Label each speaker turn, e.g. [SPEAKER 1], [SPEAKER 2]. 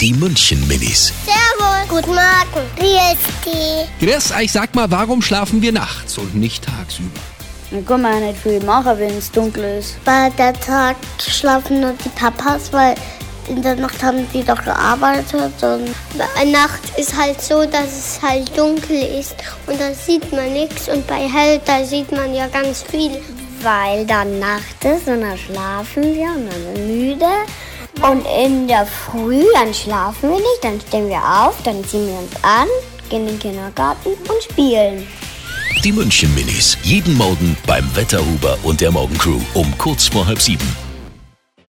[SPEAKER 1] Die München Minis.
[SPEAKER 2] Servus. Guten Morgen. Wie ist die?
[SPEAKER 1] Grüß euch, sag mal, warum schlafen wir nachts und nicht tagsüber?
[SPEAKER 3] Dann kann man nicht viel machen, wenn es dunkel ist.
[SPEAKER 2] Bei der Tag schlafen nur die Papas, weil in der Nacht haben die doch gearbeitet. Und bei Nacht ist halt so, dass es halt dunkel ist und da sieht man nichts. Und bei hell, da sieht man ja ganz viel.
[SPEAKER 3] Weil dann Nacht ist und dann schlafen wir und dann sind wir müde. Und in der Früh, dann schlafen wir nicht, dann stehen wir auf, dann ziehen wir uns an, gehen in den Kindergarten und spielen.
[SPEAKER 1] Die München Minis. Jeden Morgen beim Wetterhuber und der Morgencrew um kurz vor halb sieben.